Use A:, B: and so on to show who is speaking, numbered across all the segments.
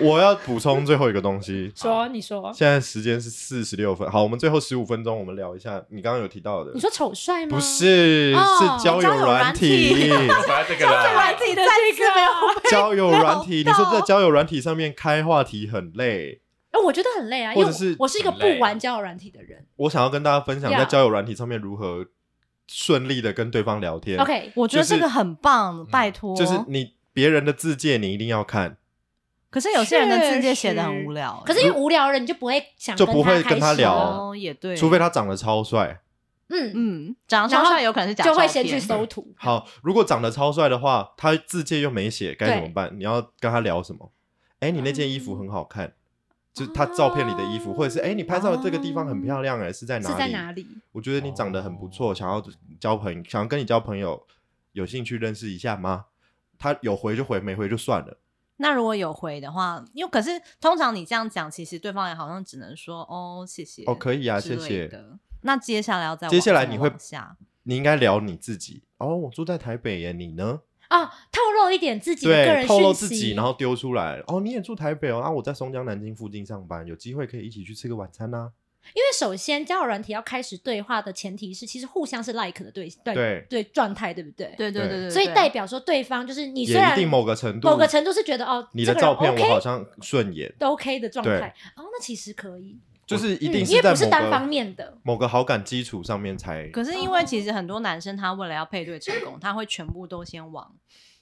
A: 我要补充最后一个东西。
B: 说你说，
A: 现在时间是四十六分，好，我们最后十五分钟，我们聊一下你刚刚有提到的
B: 你，说丑帅吗？
A: 不，是、
B: 哦
A: 是交友
C: 交友
A: 软
C: 软
A: 体，
D: 把这个啦，
B: 自己的这个，
A: 交友软体， 你
C: 到
A: 说在交友软体上面开话题很累，
B: 哎，我觉得很累啊，
A: 或
B: 因
A: 者
B: 为
A: 是
B: 我我是一个
D: 很
B: 不
D: 累
B: 玩交友软体的人。
A: 我想要跟大家分享
B: Yeah
A: 在交友软体上面如何顺利的跟对方聊天。
B: OK，
C: 我觉得
A: 就是嗯
C: 这个很棒，拜托。
A: 就是你别人的自介你一定要看，
C: 可是有些人的字
B: 确
C: 界写的
B: 实
C: 很无聊、
B: 可是因为无聊了，你就不会想
A: 就不会
B: 开
A: 跟他
B: 始
A: 聊啊
B: 了
C: 哦，也对，
A: 除非他长得超帅。
B: 嗯，
C: 嗯，长得
B: 然
C: 超
B: 后
C: 帅有可能是假
B: 就会
C: 照
B: 先去
C: 片
B: 搜图。
A: 好，如果长得超帅的话，他自介又没写，该怎么办？你要跟他聊什么？哎、你那件衣服很好看，就是他照片里的衣服，
B: 嗯哦
A: 或者是哎、你拍照的这个地方很漂亮、哎，是在哪
B: 是
A: 里？
B: 在哪里？哦
A: 我觉得你长得很不错，想要交朋友，想要跟你交朋友，有兴趣认识一下吗？他有回就回，没回就算了。
C: 那如果有回的话，因为可是通常你这样讲，其实对方也好像只能说哦谢谢
A: 哦，可以啊，
C: 之
A: 谢
C: 类
A: 谢。
C: 的那接下来要再
A: 接下
C: 往
A: 来
C: 怎
A: 你
C: 么
A: 会
C: 往下
A: 你应该聊你自己。哦，我住在台北耶，你呢？
B: 啊，透露一点自己的个人
A: 对，
B: 讯息，
A: 透露自己，然后丢出来。哦，你也住台北哦，啊，我在松江南京附近上班，有机会可以一起去吃个晚餐啊呐、
B: 因为首先交友软体要开始对话的前提是，其实互相是 like 的对对
A: 对
B: 对状态，对不对？
C: 对对
A: 对
C: 对对，
B: 所以
C: 对
B: 代表说对方就是你虽
A: 也一
B: 然
A: 定某个程度，
B: 某个程度是觉得哦，
A: 你的
B: 这个人
A: 照片
B: OK
A: 我好像顺眼，
B: 都 OK 的状
A: 对
B: 态，哦，那其实可以，
A: 就是一定
B: 嗯因为
A: 在
B: 不是
A: 某
B: 单
A: 个、
B: 方面的，
A: 某个好感基础上面才。
C: 可是因为其实很多男生他为了要配对成功，他会全部都先往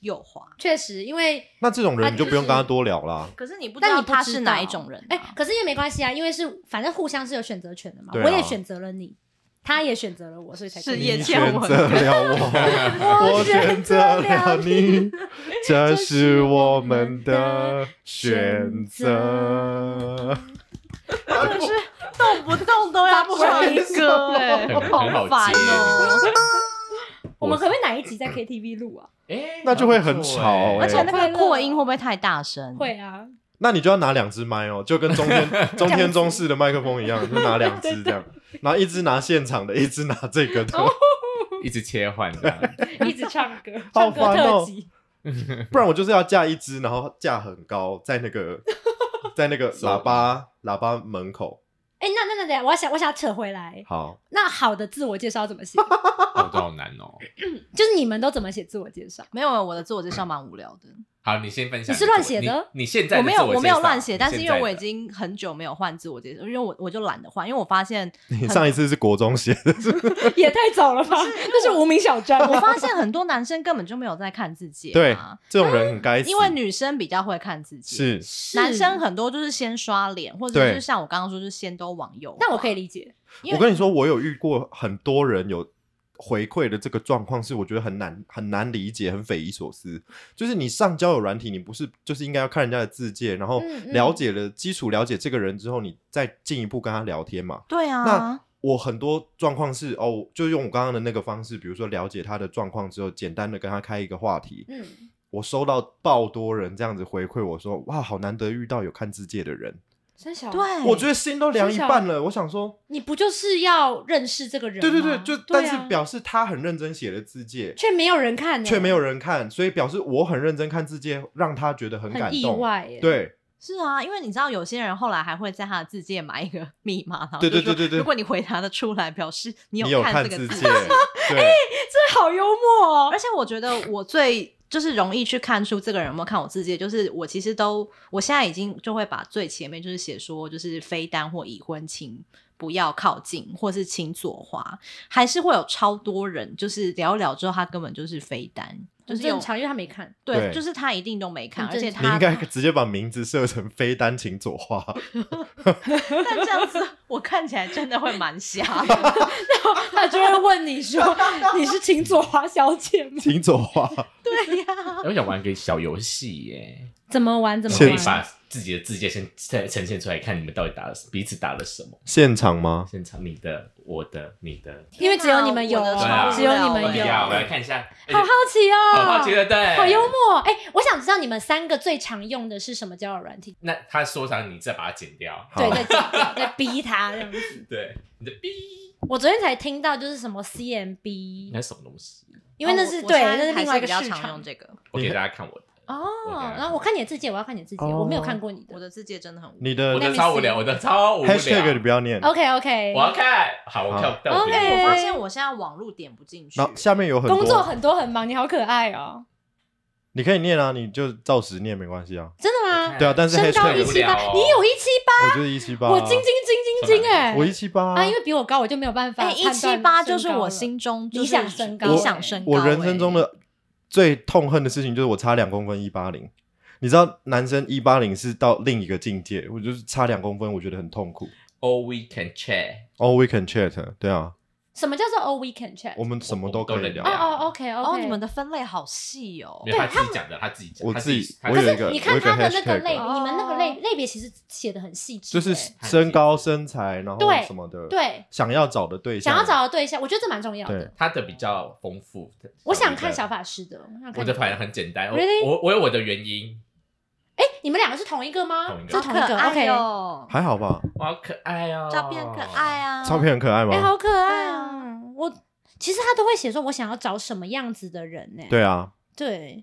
C: 右滑。
B: 确实，因为
A: 那这种
B: 啊
A: 人你就不用
B: 就是
A: 跟他多聊啦。
C: 可是你不知
B: 但
C: 道
B: 你不
C: 他
B: 知
C: 是
B: 道
C: 哪一种人、啊，
B: 哎、可是也没关系啊，因为是反正互相是有选择权的嘛，
A: 对啊
B: 我也选择了你，他也选择了我，所以才可
C: 是
B: 以
C: 也
A: 你
C: 欠
A: 选
C: 我
A: 择了 我，我选择了你，这是我们的选择。
C: 就是动不动都要
B: 好
C: 唱
B: 意
C: 歌、哎，
D: 很很好
C: 烦
D: 接
C: 哦。
B: 我们可不可以哪一集在 KTV 录啊？
D: 哎
A: 那就会很吵哎
C: 而且那
B: 快
C: 个
B: 乐
C: 扩音会不会太大声？
B: 会啊，
A: 那你就要拿两只麦哦，就跟中 天中天中式的麦克风一样，就拿两只这样，然后一只拿现场的，一只拿这个
B: 哦
A: 的，
D: 一直切换这样，
B: 一直唱歌，
A: 好
B: 唱歌
A: 烦哦
B: 特辑，
A: 不然我就是要架一只，然后架很高，在那 个在那个喇叭喇叭门口。
B: 哎、那那那等一下，我想我想扯回来，
A: 好，
B: 那好的自我介绍怎么写？
D: 哦，都好难哦。
B: 就是你们都怎么写自我介绍？
C: 没有，我的自我介绍蛮无聊的。
D: 好，你先分享
B: 你
D: 自
B: 是
D: 我。
B: 乱写的
D: 你？你现在的
C: 我没有，
D: 自介绍
C: 我没有乱写，但是因为我已。
D: 你现
C: 经很久没有换自我介绍，因为我我就懒得换，因为我 发现
A: 你上一次是国中写的，
B: 也太早了吧？ 那是无名小站
C: 我
B: 吗？
C: 发现很多男生根本就没有在看自己、
A: 对
C: 啊，，
A: 这种人很该死，
C: 因为女生比较会看自己，
A: 是
C: 男生很多就是先刷脸，或者
A: 对
C: 就是像我刚刚说，就是先都往右。
B: 但我可以，理解，
C: 因为
A: 我跟你说，我有遇过很多人有回馈的这个状况，是我觉得很难很难理解，很匪夷所思。就是你上交友软体，你不是就是应该要看人家的字界，然后
B: 嗯嗯
A: 了解了、基础了解这个人之后，你再进一步跟他聊天嘛？
C: 对啊
A: 那，我很多状况是哦，就用我刚刚的那个方式，比如说了解他的状况之后，简单的跟他开一个话题。
B: 嗯，
A: 我收到爆多人这样子回馈我说，哇，好难得遇到有看字界的人，
B: 三小，
C: 对，
A: 我觉得心都凉一
B: 是啊
A: 半了。我想说，
B: 你不就是要认识这个人
A: 对
B: 吗？
A: 对对，就但
B: 啊
A: 是表示他很认真写了字界，
B: 却没有人看、欸，
A: 却没有人看，所以表示我很认真看字界，让他觉得很感
B: 很意
A: 动。
B: 外、欸，，
A: 对
C: 是啊，因为你知道有些人后来还会在他的字界买一个 密码，然后
A: 对对
C: 就说
A: 对对对
C: 如果你回答的出来，表示你
A: 你有
C: 看
A: 看
C: 这个
A: 字
C: 字
A: 界，对，
B: 这好幽默哦、
C: 而且我觉得我最就是容易去看出这个人有没有看我自己，就是我其实都我现在已经就会把最前面就是写说就是非单或已婚请不要靠近，或是请左滑，还是会有超多人就是聊一聊之后他根本就是非单，就
B: 很
C: 是有
B: 正常，因为他没 看，
C: 对，
A: 对
C: 就是他一定都没看，
B: 很
C: 而且
B: 正
C: 他
A: 你应该直接把名字设成非单请左画，
C: 但这样子我看起来真的会蛮 瞎的。
B: 他就会问你说 你是秦左华小姐吗？
A: 请左画。
D: 在哎我想玩个小游戏耶，
B: 怎么玩？怎么
D: 可以
A: 现
B: 玩？
D: 把自己的字界先呈呈现出来，看你们到底打了彼此打了什么。
A: 现场吗？
D: 现场你的、我的、你的，
B: 因为只有你们有
C: 我的
D: 对啊
B: 哦，只有你们
C: 哎
D: 不
B: 有，
D: 一样，
C: 呀
D: 我来看一下。哎
B: 好好奇哦，
D: 好好奇的，对，
B: 好幽。默。哎、我想知道你们三个最常用的是什么交友软体？
D: 那他说啥，你再把它剪掉。
A: 好
B: 对，在在逼他这样子。
D: 对，你的哔。
B: 我昨天才听到就是什么 CMB，
D: 那是什么东西？
B: 因为那
C: 哦
B: 是、
C: 我
B: 对，
C: 我现
B: 那
C: 在
B: 是另
C: 还
B: 外一个
C: 比较
B: 市
C: 常
B: 场
C: 用。这个。
D: 我给大家看我的，
C: 哦，
D: OK
B: 然后我看你的字节，我要看你的字节，
A: 哦
B: 我没有看过你的。
C: 我的字界真的很无
A: 你
D: 我
A: 的
B: 那
D: 的超无聊，我的超无聊。
A: 呃 hashtag 你不要念，
B: OK OK，
D: 我要看，好，我看到底。
B: 哎 OK
C: 我发现我现在网路点不进去
A: 然，后下面有很多
B: 工作很多很忙，你好可爱哦，
A: 你可以念啊，你就照实念没关系啊。
B: 真的
D: 我
B: 吗
D: 看？
A: 对啊，但是
B: 身高
A: hashtag
B: 一
A: 我
B: 七八
D: 无聊，哦
B: 你有一七
A: 就是一七八，啊
B: 八，我斤斤斤斤斤哎，
A: 我一七八
B: 啊，因为比我高，我就没有办法
C: 哎，
B: 判断
C: 一
B: 身高了。
C: 七八就是我心中就是
B: 理想身高
C: 理
A: 欸
C: 想身高。
A: 我人生中
C: 欸
A: 的最痛恨的事情就是我差两公分一八零。你知道男生一八零是到另一个境界，我就是差两公分，我觉得很痛苦。
D: All we can chat，
A: All we can chat，对啊，
B: 什么叫做 all weekend chat？
A: 我啊们什么都
D: 我们
A: 可
D: 都
A: 以
D: 能
A: 聊
B: 哦
D: 聊。
B: 哦，OK OK，
C: 哦，你们的分类好细哦
D: 因。为他自己讲的，他自己讲，
A: 我
D: 他
A: 自己
D: 己，他
A: 我
B: 可
A: 有一
B: 是
A: 个
B: 你
A: 我
B: 看
A: 有一个
B: 他的那个
A: hashtag 啊
B: 类，
C: 哦
B: 你们那个类类别其实写的很细
A: 就
B: 致欸，
A: 是身高、身材，然后
B: 对
A: 什么的，，
B: 对
A: 想要找的对象，
B: 想要找的对象，我觉得这蛮重要
A: 对
B: 的。
D: 他的比较丰富。
B: 我想看小
D: 小，
B: 法师的，我想看
D: 我的反而很简单，我
B: Really？
D: 我我有我的原因，
B: 哎，你们两个是同一个吗？
D: 同一个
B: 是同一个
C: 好可爱
B: ，OK。
C: 哦，
A: 还好吧？
D: 我好可爱哦，
C: 照片可爱，啊，
A: 照片很可爱
B: 嗯
A: 吗？
B: 哎、好可爱
C: 对
B: 啊！我其实他都会写说，我想要找什么样子的人哎呢、
A: 对啊，
B: 对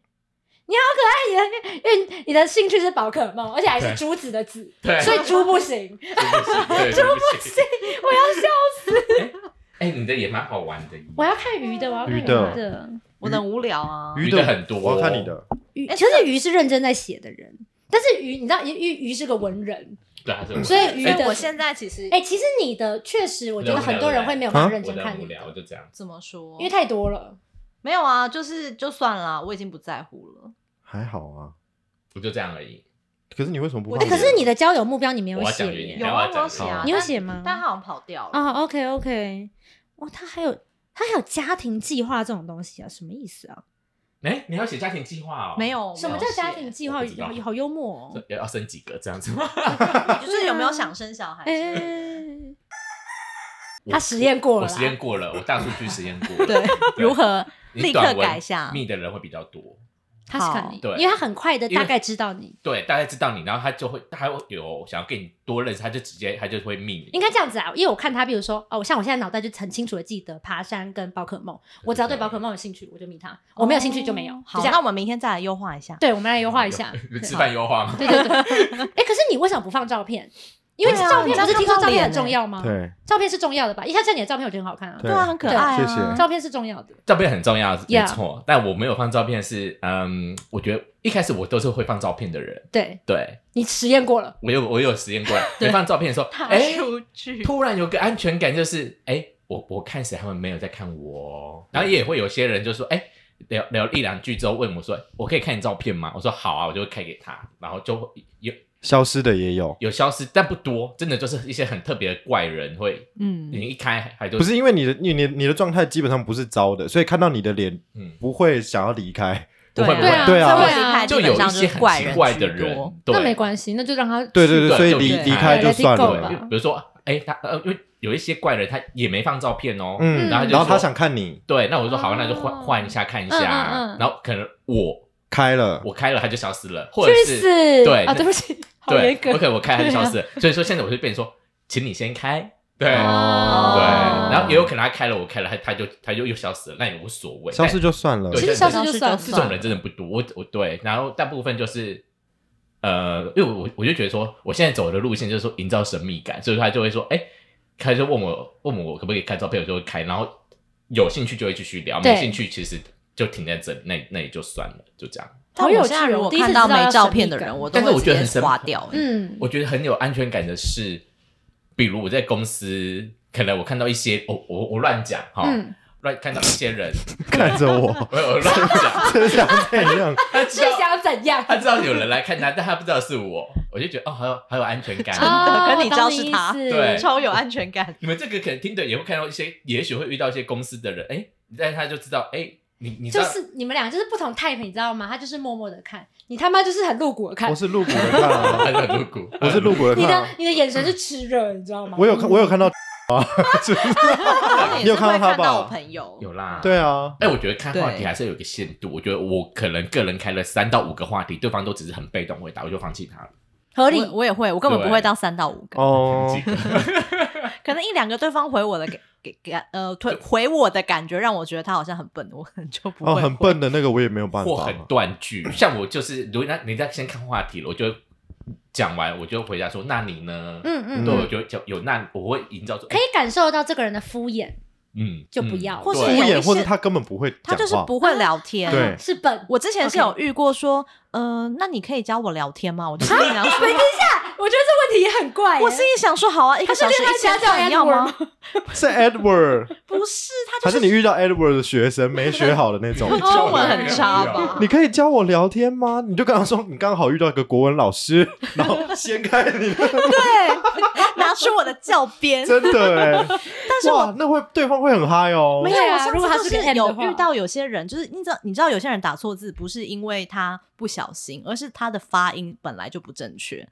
B: 你好可爱，你的因为你的兴趣是宝可梦，而且还是
D: 对
B: 珠子的子，
D: 对啊
B: 所以猪不 行。
D: 对不 起对不起，
B: 我要笑，
D: 哎，你的也蛮好玩的，
B: 我要看鱼的，我要看
A: 鱼
B: 鱼
A: 的
B: 的。
C: 我的很无聊啊。
A: 鱼
D: 鱼
A: 的
D: 的很多，
A: 我要看你，的，
B: 鱼，
C: 哎
B: 其实鱼是认真在写的人，但是鱼，你知道鱼鱼鱼是个文人，
D: 对，他是我的
B: 所以鱼
C: 所以
B: 的
C: 我现在其实
B: 哎、其实你的确实，我觉得很多人会没有办法认
D: 我
B: 真
D: 的
B: 看
D: 很
B: 你
D: 无
B: 的，
D: 聊，我就这样。
C: 怎么说？
B: 因为太多了。
C: 没有啊，就是就算了，我已经不在乎了。
A: 还好啊。
D: 我就这样而已。
A: 可是你为什么不
C: 我
A: 放
B: 哎、
A: 脸？
B: 可是你的交友目标你没有
D: 我要
B: 写
D: 讲原
B: 耶
D: 因，
C: 有
D: 然后哦要，
C: 啊我有
D: 讲
C: 写啊，
B: 你有
C: 但
B: 写吗
C: 但他好像跑掉了。
B: 哦，OK，OK、o k OK，哇，他还有他还有家庭计划这种东西啊，什么意思啊？
D: 哎，你还要写家庭计划哦？
C: 没有
B: 什么叫家庭计划？
D: 我不知道
B: 好好幽默哦。
D: 这，要要生几个这样子吗？
C: 就是有没有想生小孩？
B: 哎、
C: 嗯
B: 他实验过了
D: 我
B: 啦
D: 实验过了，我大数据实验过了。
C: 对，如何
D: 你
C: 立
D: 短
C: 刻
D: 文
C: 改下？
D: 密的人会比较多，
B: 他是看你，
D: 对
B: 因为他很快的
D: 因为
B: 大概知道你。
D: 对，大家知道你，然后他就会，他会有想要跟你多认识，他就直接他就会密你。
B: 应该这样子啊，因为我看他，比如说哦，像我现在脑袋就很清楚的记得爬山跟宝可梦，我只要对宝可梦有兴趣，我就迷他；我没有兴趣就没有。
C: 哦
B: 就
C: 好，
B: 这样
C: 那我们明天再来优化一下。
B: 对，我们来优化一下。
D: 有吃饭优化 吗？
B: 对对对。哎，可是你为什么不放照片？因为
C: 对啊
B: 照片
C: 你
B: 不
C: 这
B: 是
C: 样
B: 听说
C: 看不
B: 照
C: 到
B: 片
C: 脸
B: 很重
C: 欸
B: 要吗？
A: 对
B: 照片是重要的吧？一下像你的照片，我觉得很好看啊。
A: 对
C: 对啊，很可爱
A: 谢
C: 啊。
A: 谢
B: 照片是重要的。
D: 照片很重要，没
B: Yeah
D: 错。但我没有放照片是，嗯，我觉得一开始我都是会放照片的人，
B: 对
D: 对
B: 你实验过了，
D: 我有我有实验过，没放照片的 时候，哎，
C: 据
D: 突然有个安全感，就是哎、我我看谁他们没有在看我哦，然后也会有些人就说哎、聊聊一两句之后问我说我可以看你照片吗？我说好啊，我就会开给他，然后就有
A: 消失的也有，
D: 有消失，但不多，真的就是一些很特别的怪人会，
C: 嗯，
D: 你一开还就
A: 不是因为你的你你你的状态基本上不是糟的，所以看到你的脸
D: 嗯
A: 不会想要离开。
D: 不会不
B: 对
D: 会
B: 啊，
A: 对啊
C: 所以我
B: 对啊
C: 离开
D: 就
C: 基
D: 有
C: 本
D: 一
C: 上
D: 些
C: 是
D: 很
C: 怪
D: 奇
C: 人
D: 怪
C: 居
D: 的人
C: 多，
D: 对
B: 那没关系，那就让他
A: 对对
D: 对
A: 所以
D: 就
A: 离
D: 离
A: 离开
D: 开
A: 就算
B: 对
A: 了
B: ，let it go
A: 啦。
B: 吧
D: 比如说哎、他呃因为有一些怪人他也没放照片哦，
A: 嗯，
D: 然后
A: 然
D: 他就
A: 后他
D: 说
A: 想看你
D: 对，那我就说好，
B: 哦
D: 那就换换一下看一下，
B: 嗯嗯嗯
D: 然后可能我。
A: 开了，
D: 我开了，它就消失了，或者
B: 去
D: 是
B: 死！
D: 对
B: 啊，对不起，好
D: 对
B: 严格。
D: OK，我开它就消 失了。所以说现在我就变成说，请你先开。对、
A: 哦
D: 对，
B: 哦
D: 然后也有可能他开了，我开了，他他就他就又消失了，那也无所谓。
A: 消失就算了
D: 哎对。
B: 其实消失就算了
C: 消失
D: 但这种人真的不多，我我对，然后大部分就是。呃，因为我我我就觉得说，我现在走的路线就是说营造神秘感，所以他就会说，哎、他就问我问我可不可以开照片，我就会开，然后有兴趣就会继续聊，
B: 对
D: 没兴趣其实就停在这里，那那也就算了，就这样。
C: 但
B: 好有
C: 我
B: 趣
C: 现在如
B: 哦
C: 果
B: 第一次知
C: 看到
B: 道
C: 没
B: 要
C: 照
B: 神
C: 片
B: 秘
C: 的
B: 感
C: 人，我都
D: 但是我觉得
C: 会
D: 很
C: 直接
D: 神
C: 划
D: 秘
C: 掉。欸
B: 嗯，
D: 我觉得很有安全感的是，比如我在公司，可能我看到一些，我我我乱讲哈，
B: 嗯，
D: 乱、看到一些人，
A: 看着 我，
D: 我我乱 讲，
A: 真想这样。
D: 他
B: 是
D: 知道
B: 想怎样？
D: 他知道有人来看他，但他不知道是我，我就觉得哦，好有好有安全感。
B: 哦
C: 可是你知道
B: 我懂
C: 是他
B: 意思
D: 对
C: 嗯超有安全 感。
D: 你们这个可能听的也会看到一些，也许会遇到一些公司的人，哎、但他就知道，哎、你你知
B: 就
D: 道。
B: 是你们俩就是不同 type，你知道吗？他就是默默的看，你他妈就是很露骨的看
A: 我，是露骨的看啊，
D: 他是 露骨，
A: 我是露骨的
B: 你
A: 看
B: 的
A: 啊。
B: 你的眼神是炽热，你知道吗？
A: 我有看，我有看到 啊，是不是
C: 我也
A: 你有
C: 是
A: 看到
C: 会
A: 他吧
C: 看到我朋 友，
D: 有啦，
A: 对啊，
D: 哎、我觉得看话题
C: 对
D: 还是有一个限度。我觉得我可能个人开了三到五个话题，对方都只是很被动回答，我就放弃他了。
B: 合理
C: 我。我也会，我根本不
D: 对哦
C: 会到三到五个，
A: 哦
D: 几，个
C: 可能一两个对方回我的给给给呃推回我的感觉，让我觉得他好像很笨，我 可能就不会
A: 哦，
C: 回、
A: 很笨的那个我也没有办
D: 或
A: 法
D: 很。断句。像我就是，如果那人家先看话题了，我就讲完，我就回答说：“那你呢？”
B: 嗯嗯
D: 对，
A: 嗯
D: 我就就有那我会营造出，
B: 可
D: 哎
B: 以感受到这个人的敷衍，
D: 嗯，
B: 就不
D: 嗯
B: 要
C: 或是
A: 敷
D: 对
C: 有一
A: 衍，或
C: 些
A: 者他根本不会
C: 他
A: 讲
C: 就是
A: 话。
C: 不会聊天。
A: 对
B: 是笨。
C: 我之前是有
B: OK
C: 遇过说，呃，那你可以教我聊天吗？我就心里想说，
B: 我觉得这问题也很怪耶。哦
C: 我心里想说，好啊，一个
B: 他是
C: 小时
B: 恋爱
C: 一千
B: 家教
C: 块，你要吗
B: Edward？
A: 是 Edward，
C: 不是，他
A: 还
C: 就是
A: 你遇到 Edward 的学生没学好的那种？
C: 是中文很差 吧？
A: 你可以教我聊天吗？你就跟他说，你刚好遇到一个国文老师，然后掀开你的，
C: 对， 拿出我的教鞭。
A: 真的哎、但是哇，那会对方会很嗨哦。
C: 没有，
B: 对啊
C: 我上
B: 如果他
C: 次
B: 是个
C: 就
B: M 的
C: 有
B: 话
C: 遇到有些人，就是你知道，你知道有些人打错字不是因为他不小心，而是他的发音本来就不正确，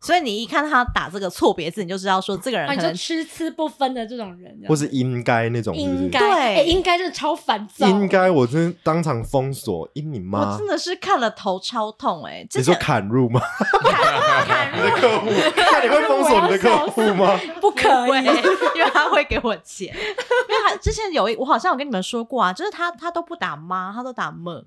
C: 所以你一看他打这个错别字，你就知道说这个人
B: 啊，你
C: 可
B: 就
C: 能
B: 吃吃不分的这种人，
A: 或是应该那种是不是，
B: 应该，
C: 对
B: 哎应该真的超烦躁。
A: 应该，我真的当场封锁，应你
C: 我
A: 妈
C: 真！的是看了头超痛哎、之
A: 你说
C: 前
A: 砍入吗？
C: 看
A: 你的客户，那你会封锁你的客户吗？
B: 不可
C: 不会，
B: 以。
C: 因为他会给我钱。因为他之前有一，我好像有跟你们说过啊，就是他他都不打妈，他都打么，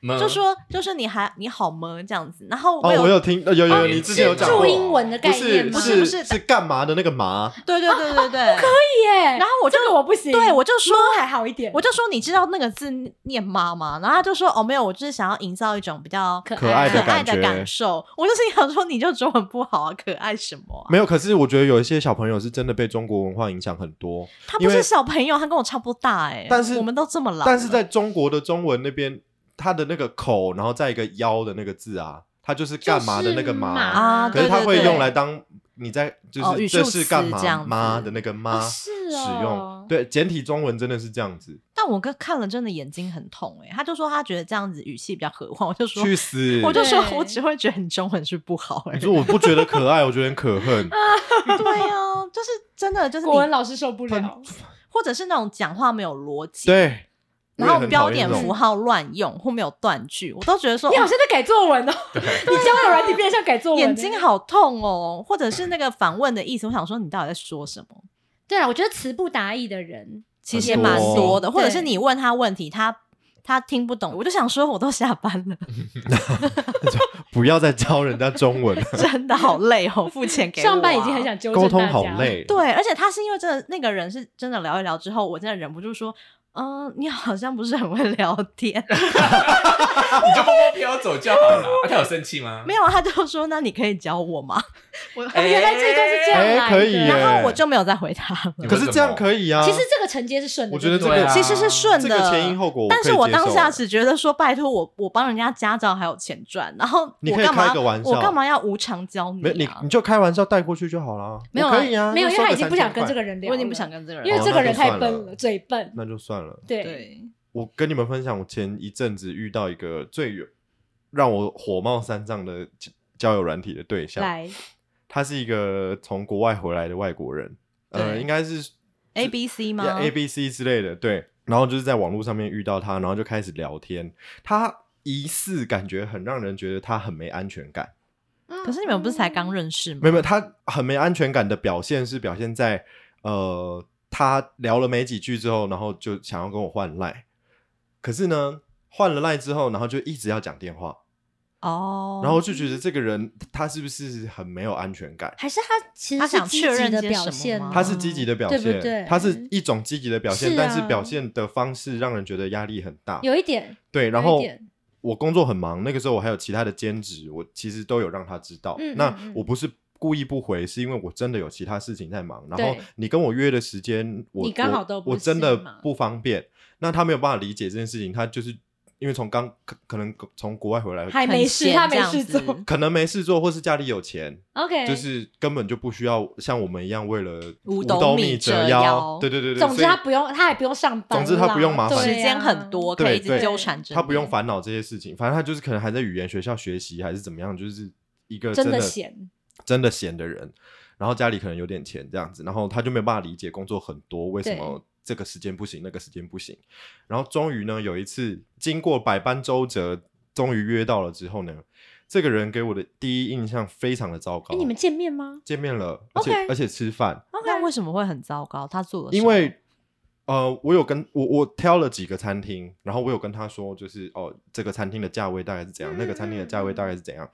D: 么
C: 就说就是你还你好么这样子。然后
A: 嗯哦，我有听，呃有有有，
D: 哦
A: 你之前有讲
B: 注
A: 过，
B: 英文的
A: 不
B: 概念
A: 是
B: 吗？
A: 是
C: 不
A: 是
C: 是
A: 是干嘛的那个嘛？
C: 对对对对
B: 哦
C: 对，可以。
B: 耶
C: 然后我就
B: 这个我不行，
C: 对我就说。
B: 说还好一点，
C: 我就说你知道那个字念妈吗？然后他就说哦没有，我就是想要营造一种比较
B: 可
A: 可爱
B: 爱
A: 的
C: 爱
A: 感
C: 的
A: 觉
C: 感受。我就心想说你就中文不好啊，可爱什么、啊？
A: 没有，可是我觉得有一些小朋友是真的被中国文化影响很多，
C: 他
A: 因
C: 不
A: 为
C: 是小朋友，他跟我差不多大哎、
A: 但是
C: 我们都这么老了，
A: 但是在中国的中文那边，它的那个口，然后再一个腰的那个字啊，它就是干嘛的那个
B: 嘛
A: 嘛，
C: 啊
A: 可是它
C: 对
A: 会
C: 对对
B: 哦
A: 用来当你在
C: 哦
A: 就是
C: 语
A: 这
C: 助
A: 是
C: 词
A: 干
C: 这样
A: 嘛
C: 子
A: 妈的那个妈
B: 哦是
A: 啊使
B: 哦
A: 用，对，简体中文真的是这样子，
C: 但我哥看了真的眼睛很痛哎、他就说他觉得这样子语气比较和缓，我就说
A: 去死！
C: 我就说
B: 对
C: 我只会觉得你中文是不好而
A: 你
C: 已。
A: 说我不觉得可爱，我觉得很可 恨。
C: 对啊，就是真的就是
B: 国文
C: 你，
B: 老师受不了。
C: 或者是那种讲话没有逻辑，，
A: 对，我
C: 然
A: 也
C: 后
A: 很
C: 标
A: 讨厌
C: 点
A: 这种
C: 符号乱用或没有断句，我都觉得说
B: 你好像在改作文哦， 你交友软体变得像改作
C: 哦
B: 文欸，
C: 眼睛好痛哦，或者是那个反问的意思，我想说你到底在说什么？
B: 对啊，我觉得词不达意的人，
C: 其实
A: 很
C: 也蛮
A: 多哦
C: 多的，或者是
B: 对
C: 你问他问题，他他听不懂，我就想说我都下班了，
A: 不要再教人家中 文，
C: 真的好累哦，付钱给我啊
B: 上班已 经很想纠正
A: 沟通
B: 大
A: 好
B: 家。
A: 累。
C: 对，而且他是因为真的那个人是真的聊一聊之后，我真的忍不住说，嗯、你好像不是很会聊天。
D: 你就默默飘走就好了。啊他有生气吗？
C: 没有，他就说那你可以教我吗？
D: 哎，
B: 哦原来这一段是这样
A: 哎
B: 来的，
A: 可以耶
C: 然后我就没有再回他了。
D: 你为
A: 可是
D: 什
A: 这样
D: 么
A: 可以啊。
B: 其实这个承接是顺的，
A: 我觉得这
B: 对不对
D: 对
A: 个
D: 啊
C: 其实是顺
A: 这
C: 的，
A: 个前因后果，
C: 但是
A: 我
C: 我
A: 可以接受啊
C: 当下只觉得说，拜托我，我帮人家家教还有钱赚，然后
A: 你
C: 我
A: 可以
C: 干
A: 开
C: 嘛
A: 个玩笑
C: 我干嘛要无偿教
A: 没
C: 你
A: 你
C: 啊？
A: 你就开玩笑带过去就好了。
B: 嗯没有
A: 我
B: 啊
A: 可以啊，
B: 没有，
A: 就
B: 因为
A: 收
B: 他
A: 个
B: 已经不
A: 3000
B: 想跟
A: 块
B: 这个人聊，
C: 我已经不想，跟这个人
B: 因
C: 了，
B: 为这个人
A: 哦那就算
B: 太
A: 了
B: 笨了，嘴笨。
A: 那就算了。
B: 对，
C: 对，
A: 我跟你们分享，我前一阵子遇到一个最有让我火冒三丈的交交友软体的对象，
B: 来，
A: 他是一个从国外回来的外国人，呃，
C: 对
A: 应该是
C: A B C 吗
A: 呀 A B C 之类的，对。然后就是在网络上面遇到他，然后就开始聊天。他疑似感觉很让人觉得他很没安全感，
B: 可
C: 可是你们不是才
B: 嗯
C: 刚认识吗？
A: 没有没有，他很没安全感的表现是表现在呃，他聊了没几句之后，然后就想要跟我换赖，可是呢，换了赖之后，然后就一直要讲电话，
C: 哦，
A: 然后就觉得这个人他是不是很没有安全感？
B: 还是他其实
C: 他
B: 是
C: 想
B: 积
C: 确
B: 极
C: 认
B: 的
C: 些
B: 表
C: 什么
B: 现
C: 吗
B: 啊，
A: 他是积极的表
B: 对
A: 现，
B: 不对
A: 他是一种积极的表现，
B: 是啊
A: 但是表现的方式让人觉得压力很大。
B: 有一点，
A: 对，然
B: 有一
A: 后
B: 点
A: 我工作很忙，那个时候我还有其他的兼职，我其实都有让他知道。
B: 嗯嗯
A: 那
B: 嗯
A: 我不是故意不回，是因为我真的有其他事情在忙。然后
B: 对
A: 你跟我约的时间，我
B: 你刚好
A: 我
B: 都不
A: 我真
B: 是
A: 的
B: 嘛
A: 不方便。那他没有办法理解这件事情，他就是因为从刚可可能从国外回来，
B: 还
C: 很
B: 没事，
C: 闲
B: 他没
C: 这样
B: 事
C: 子
B: 做。
A: 可能没事做，或是家里有钱，
B: OK，
A: 就是根本就不需要像我们一样为了
C: 五斗
A: 斗
C: 米
A: 米
C: 折
A: 折
C: 腰
A: 对对对对，
B: 总之
A: 所以
B: 他不用，他也不用上班
A: 总
B: 啦，
A: 之他不用麻烦
B: 对啊
C: 时间很多，可以一
A: 对
C: 直
A: 对
C: 纠缠着你。
A: 他不用烦恼这些事情，反正他就是可能还在语言学校学习，还是怎么样，就是一个
B: 真
A: 的
B: 的闲，
A: 真的闲的人。然后家里可能有点钱这样子，然后他就没有办法理解工作很多为什么这个时间不行，那个时间不行。然后终于呢，有一次经过百般周折，终于约到了之后呢，这个人给我的第一印象非常的糟糕。
B: 哎，你们见面吗
A: 见面了，而且
B: OK
A: 而且吃饭，
B: ？OK，
C: 那为什么会很糟糕？他做了什么
A: 因为呃，我有跟我我挑了几个餐厅，然后我有跟他说，就是哦，这个餐厅的价位大概是怎样，那个餐厅的价位大概是怎样。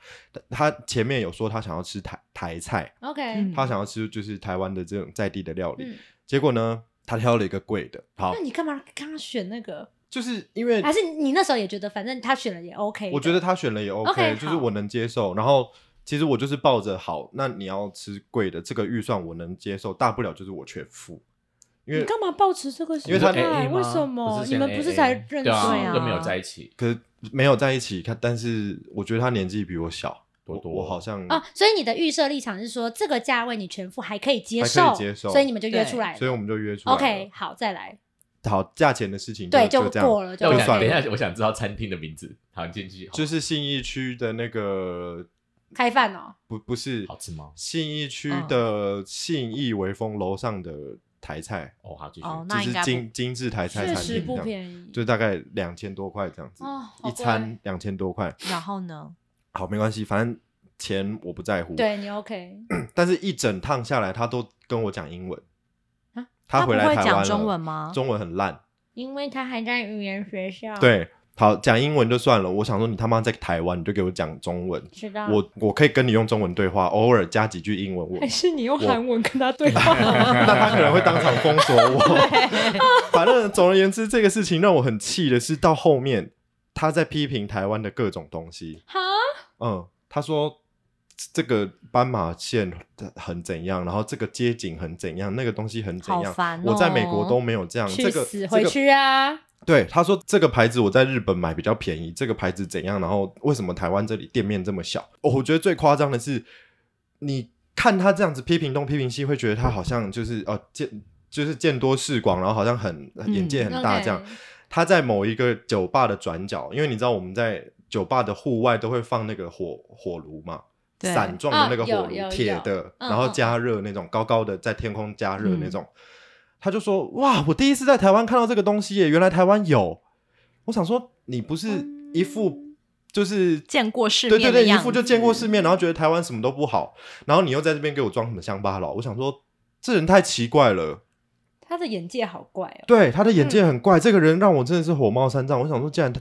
A: 他他前面有说他想要吃台台菜，
B: OK，
C: 嗯
A: 他想要吃就是台湾的这种在地的料理。
B: 嗯
A: 结果呢，他挑了一个贵的，好
B: 那，你干嘛刚刚选那个？
A: 就是因为
B: 还是你那时候也觉得，反正他选了也 OK 的。
A: 我觉得他选了也 OK，,
B: OK，
A: 就是
B: 好
A: 我能接受。然后其实我就是抱着好，那你要吃贵的这个预算我能接受，大不了就是我全付，因
B: 你
A: 为
B: 干嘛保持这个心
A: 因为他
B: 态？
A: 你
B: 哎
D: 是 AA 吗
B: 为什么？
D: 是
B: 你
D: 先
B: 们不是
D: AA
B: 才认识
D: 对
C: 对啊
D: 又没有在一起，
A: 可是没有在一起看，但是我觉得他年纪比我小，
D: 多多哦
A: 我我好像
B: 啊？所以你的预设立场是说，这个价位你全付还可以接
A: 还可以
B: 受，
A: 接受
B: 所以你们就约
C: 对
B: 出来了。
A: 所以我们就约出来了
B: OK，好，再来。
A: 好，价钱的事情
B: 对，
A: 就
B: 就
A: 这样
B: 过了，
D: 那
B: 就
D: 我
A: 就
D: 想
A: 算
D: 等
A: 了
D: 一下，我想知道餐厅的名字。好，你进去。好
A: 就是信义区的那个
B: 开饭哦。
A: 不不是
D: 好吃吗？
A: 信义区
B: 嗯
A: 的信义微风楼上的台菜，
D: 哦，好，继续。
C: 哦，
A: 就
C: 那应
A: 是
C: 该不
A: 精精致台菜
B: 确
A: 餐
B: 实
A: 厅
B: 不
A: 这样，
B: 便宜，
A: 就大概两千多块这样子，
B: 哦，好
A: 一
B: 贵
A: 餐两千多块。
C: 然后呢？
A: 好，没关系，反正钱我不在乎。，
B: 对你 OK
A: 但是一整趟下来，他都跟我讲英文
B: 啊。
A: 他
C: 不
A: 回来
C: 会
A: 台湾
C: 讲
A: 了
C: 中文吗？
A: 中文很烂。
B: 因为他还在语言学校，，
A: 对，好讲英文就算了，我想说你他妈在台湾，你就给我讲中文。
B: 知道。
A: 我我可以跟你用中文对话，偶尔加几句英文，我
B: 嗯还是你用
A: 我
B: 韩文跟他对话，
A: 那他可能会当场封锁我。 反正总而言之，这个事情让我很气的是，到后面他在批评台湾的各种东西。
B: 哈，
A: 嗯，他说这个斑马线很怎样，然后这个街景很怎样，那个东西很怎
C: 好
A: 样。
C: 烦哦！
A: 我在美国都没有这样，
B: 去
A: 这个
B: 死
A: 这
B: 回
A: 个
B: 去啊！
A: 对，他说这个牌子我在日本买比较便宜，这个牌子怎样？然后为什么台湾这里店面这么小？哦，我觉得最夸张的是，你看他这样子批评东批评西，会觉得他好像就是呃见就是见多识广，然后好像很眼界很大
B: 嗯 OK
A: 这样。他在某一个酒吧的转角，因为你知道我们在酒吧的户外都会放那个火火炉嘛，
C: 对
A: 散状的那个
B: 啊有
A: 火
B: 有
A: 炉，铁的，
B: 嗯
A: 然后加热那种高高的在天空加热那种。他就说：“哇，我第一次在台湾看到这个东西耶，原来台湾有。”我想说，你不是一副就是。
C: 嗯见过世
A: 对对
C: 面的
A: 对，一
C: 样子，
A: 副就见过世面，然后觉得台湾什么都不好，然后你又在这边给我装什么乡巴佬，我想说这人太奇怪了。
B: 他的眼界好怪哦，
A: 对，他的眼界很怪，
C: 嗯
A: 这个人让我真的是火冒三丈。我想说，既然他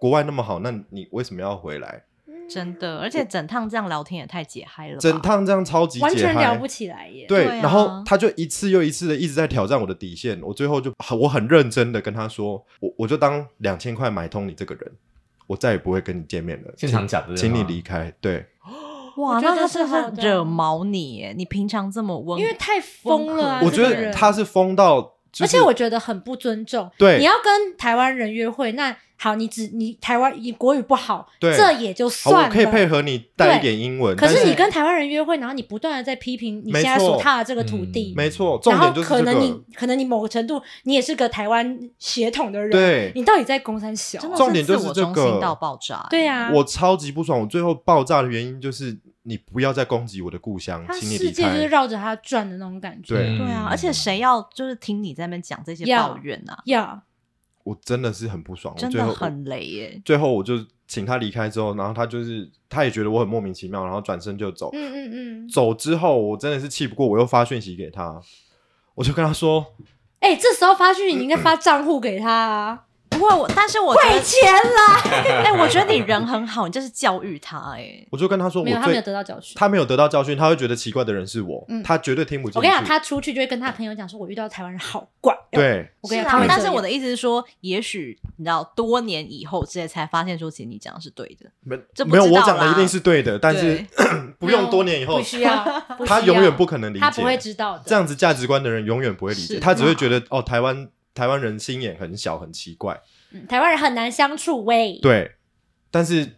A: 国外那么好，那你为什么要回来？
C: 真的，而且整趟这样聊天也太解嗨了吧，
A: 整趟这样超级
B: 完
A: 解
B: 全
A: 嗨
B: 聊不起来耶。
A: 对，
C: 对啊
A: 然后他就一次又一次的一直在挑战我的底线，我最后就很我很认真的跟他说，我我就当两千块买通你这个人，我再也不会跟你见面了，
D: 现场讲的，
A: 请你离。开。对，
C: 哇，
B: 我觉得
C: 那他
B: 是
C: 真
B: 好
C: 的啊
B: 的
C: 惹毛你耶！你平常这么温，
B: 因为太疯了啊！
A: 我
B: 这
A: 觉
B: 个
A: 得
B: 人
A: 他是疯到、就是，
B: 而且我觉得很不尊重。
A: 对
B: 你要跟台湾人约会，那好，你只你台湾你国语不好，
A: 对
B: 这也就
A: 好
B: 算了。
A: 我可以配合你带一
B: 对
A: 点英文，
B: 可
A: 但
B: 是
A: 是
B: 你跟台湾人约会，然后你不断的在批评你
A: 没
B: 现在所
A: 错
B: 踏的这个土地，
D: 嗯
A: 没错，重
B: 然后
A: 点就是
B: 可
A: 这
B: 能
A: 个
B: 你。可能你某个程度你也是个台湾血统的人，
A: 对
B: 你到底在攻山小啊？
C: 真的
A: 重点就是
C: 自我
A: 这
C: 中心
A: 个
C: 到爆炸。欸
B: 对啊，
A: 我超级不爽，我最后爆炸的原因就是你不要再攻击我的故乡
B: 他，
A: 请你
B: 世
A: 离
B: 界就是
A: 开。
B: 绕着他转的那种感觉。
A: 对，
C: 对啊，而且谁要就是听你在那边讲这些
B: 要
C: 抱怨啊，
B: 呀，
A: 我真的是很不爽，我
C: 真
A: 哦最
C: 的
A: 后
C: 很雷耶！
A: 最后我就请他离开之后，然后他就是他也觉得我很莫名其妙，然后转身就走。
B: 嗯嗯嗯，
A: 走之后我真的是气不过，我又发讯息给他，我就跟他说，
B: 哎、这时候发讯息你应该发账户给他 啊，
C: 不过我，但是我觉
B: 给
C: 得，
B: 钱啦。
C: 哎，我觉得你人很好，你就是教育他哎。
A: 我就跟他说我
B: 没有，他没有
A: 最
B: 得到教训。
A: 他没有得到教训，他会觉得奇怪的人是我，
B: 嗯
A: 他绝对听不进
B: 我
A: 去。
B: 跟你讲，他出去就会跟他朋友讲说，我遇到台湾人好怪。，哦
A: 对
B: 我跟你
C: 是
B: 讲，
C: 啊
B: 他们
C: 但
B: 这
C: 是
B: 样
C: 我的意思是说，也许你知道，多年以后之类才发现说，其实你讲的是对的。
A: 没
C: 这不
A: 没有
C: 知道
A: 我讲的
C: 啦
A: 一定是对的，但是不
B: 没
A: 用
C: 嗯
B: 有
A: 多年以后
B: 不，需要， 不需
A: 他
B: 要
A: 永远不可能理解，
B: 他不会知道的。
A: 这样子价值观的人永远不会理
C: 是
A: 解，他只会
C: 嘛
A: 觉得哦，台湾台湾人心眼很小，很奇怪。
B: 嗯台湾人很难相处喂。
A: 对，但是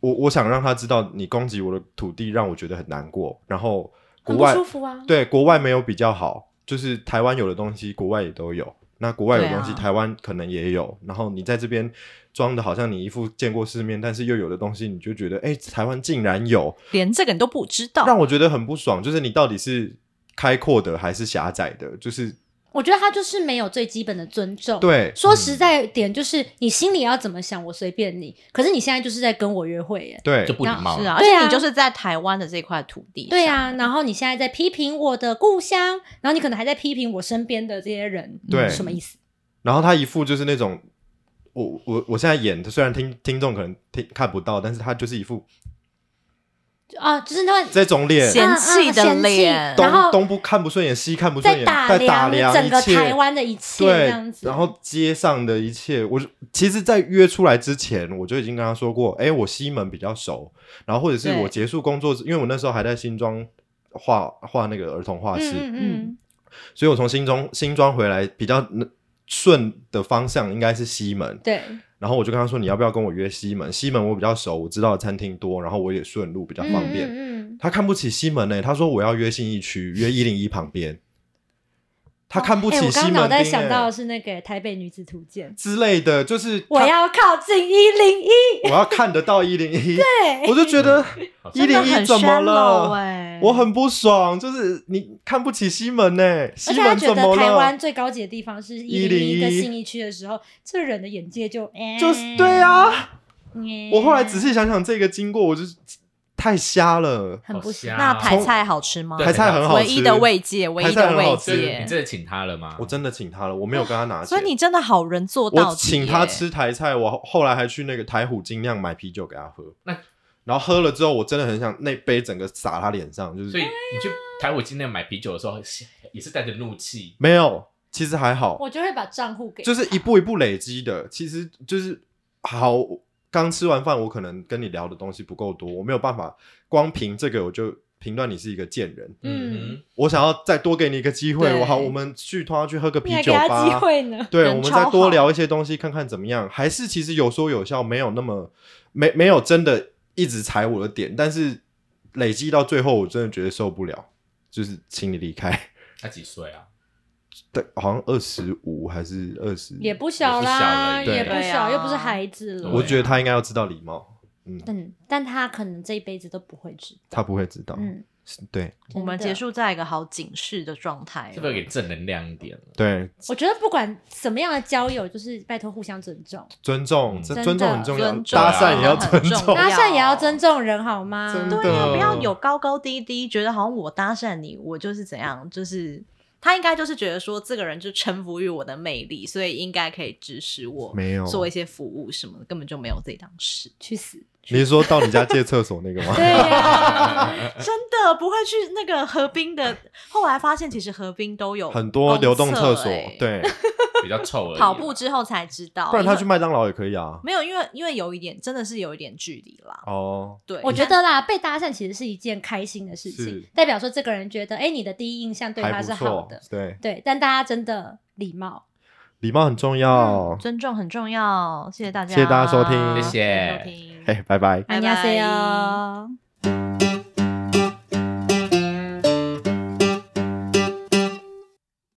A: 我我想让他知道，你攻击我的土地让我觉得很难过，然后国
B: 很不
A: 外
B: 舒服啊。
A: 对国外没有比较好，就是台湾有的东西，国外也都有。那国外有
C: 对啊
A: 东西，台湾可能也有。然后你在这边装的好像你一副见过世面，但是又有的东西，你就觉得，哎、台湾竟然
B: 哦
A: 有，
C: 连这个你都不知道，
A: 让我觉得很不爽。就是你到底是开阔的还是狭窄的？就是
B: 我觉得他就是没有最基本的尊重。，
A: 对，
B: 说实在点，就是你心里要怎么想，我随便你。可是你现在就是在跟我约会耶。
A: 对
D: 就，不礼貌。
C: 是啊，而
B: 对啊
C: 且你就是在台湾的这块土地，
B: 对，啊，然后你现在在批评我的故乡，然后你可能还在批评我身边的这些人，
A: 对
B: 什么意思？
A: 然后他一副就是那种，我我我现在演，虽然听听众可能听看不到，但是他就是一副
B: 啊，就是那嗯
A: 这种脸，
C: 嫌弃的
B: 嫌弃
C: 脸
B: 然后
A: 东东不看不顺眼，西看不顺
B: 在
A: 眼，
B: 打
A: 在打量
B: 整个
A: 一切
B: 台湾的一切这
A: 对
B: 样，子，
A: 然后街上的一切，我就其实，在约出来之前，我就已经跟他说过，哎，我西门比较熟，然后或者是
C: 对
A: 我结束工作之，因为我那时候还在新庄画画那个儿童画
B: 嗯
A: 室，
B: 嗯嗯，
A: 所以我从新庄新庄回来比较顺的方向应该是西门，
B: 对，
A: 然后我就跟他说，你要不要跟我约西门？西门我比较熟，我知道的餐厅多，然后我也顺路比较方便。
B: 嗯嗯嗯
A: 他看不起西门呢、欸他说我要约信义区，约一零一旁边。他看不起
B: 哎我
A: 西
B: 刚
A: 门町、
B: 脑袋
A: 欸
B: 想到的是那个《台北女子图鉴》，
A: 之类的，就是他
B: 我要靠近一零一，
A: 我要看得到一零 一，我就觉得一
C: 真的
A: 零一
C: 很
A: 怎么
C: shallow
A: 了？
C: 欸
A: 我很不爽，就是你看不起西门呢、
B: 而
A: 西
B: 且他
A: 门
B: 觉
A: 怎
B: 得
A: 么
B: 台湾
A: 了？
B: 最高级的地方是一零
A: 101
B: 跟信义区的时候，这人的眼界就哎
A: 就是对，啊，
B: 嗯
A: 我后来仔细想想这个经过，我就是太瞎了。
B: 很不行
D: 好瞎。
A: 啊
C: 那排菜好吃吗？
D: 对
A: 台菜很好吃，
C: 唯一的慰藉，唯一
A: 台菜
C: 的
A: 很好
C: 慰
A: 吃
D: 所以你
C: 藉。
D: 真的请他了吗？
A: 我真的请他了，我没有跟他拿钱，
C: 啊所以你真的好人做到
A: 我
C: 底耶，
A: 请他吃台菜，我后来还去那个台虎精酿买啤酒给他喝。
D: 那
A: 然后喝了之后，我真的很想那杯整个洒他脸上，就是
D: 所以你去台虎今天买啤酒的时候，也是带着怒气。
A: 没有，其实还好，
B: 我就会把账户给，
A: 就是一步一步累积的。其实就是好，刚吃完饭，我可能跟你聊的东西不够多，我没有办法光凭这个我就评断你是一个贱人。
B: 嗯
D: 嗯
A: 我想要再多给你一个机会，
C: 对
A: 我好，我们去拖他去喝个
B: 你
A: 啤
B: 还
A: 酒
B: 给
A: 吧。
B: 他机会呢，
A: 对，
C: 人
A: 我们
C: 超
A: 再多
C: 好
A: 聊一些东西，看看怎么样。还是其实有说有笑，没有那么没没有真的一直踩我的点，但是累积到最后，我真的觉得受不了，就是请你离开。
D: 哼，他几岁啊？
A: 对，好像二十五还是二十，
B: 也不小啦，
D: 也
B: 也
D: 是小了
B: 不
C: 对
B: 小，
C: 啊
B: 又不是孩子了。
D: 对
A: 我觉得他应该要知道礼貌，
B: 嗯，但他可能这一辈子都不会知道。
A: 他不会知道。
B: 嗯，
A: 是对
B: 真的
C: 我们结，束在一个好警示的状态
D: 是不是
C: 哦。
D: 有点正能量一点了？
A: 对，
B: 我觉得不管什么样的交友，就是拜托互相尊重，
A: 尊重，
D: 嗯
A: 这
B: 真的
A: 尊重很重要，
C: 尊重
A: 搭讪也要
C: 很
A: 尊
C: 重
A: 重。
B: 搭
C: 要
B: 讪也要尊重人好吗？
A: 真的
C: 对啊，不要
A: 嗯
C: 有高高低低，觉得好像我搭讪你，我就是怎样，就是他应该就是觉得说这个人就臣服于我的魅力，所以应该可以指使我
A: 没有
C: 做一些服务什么的，根本就没有这档事。
B: 去死！
A: 你是说到你家借厕所那个吗？
B: 对呀，
C: 真的不会去那个河滨的。后来发现，其实河滨都有
A: 很多流动厕所
C: 公欸，哦
A: 对，
D: 比较臭而已。啊
C: 跑步之后才知道，
A: 不然他
C: 因为
A: 去麦当劳也可以啊。
C: 没有，因为因为有一点真的是有一点距离啦。
A: 哦，
C: 对，
B: 我觉得啦，被搭讪其实是一件开心的事情
A: 是，
B: 代表说这个人觉得，哎，你的第一印象对他
A: 还
B: 是
A: 不
B: 好
A: 错
B: 的，，
A: 对，
B: 对。但大家真的礼貌，
A: 礼貌很重
B: 嗯
A: 要。
C: 尊重很重要。谢谢大家，
A: 谢谢大家收听
D: 谢谢
C: 收听
A: 哎、拜拜。
B: 안녕
C: 拜拜
B: 하세요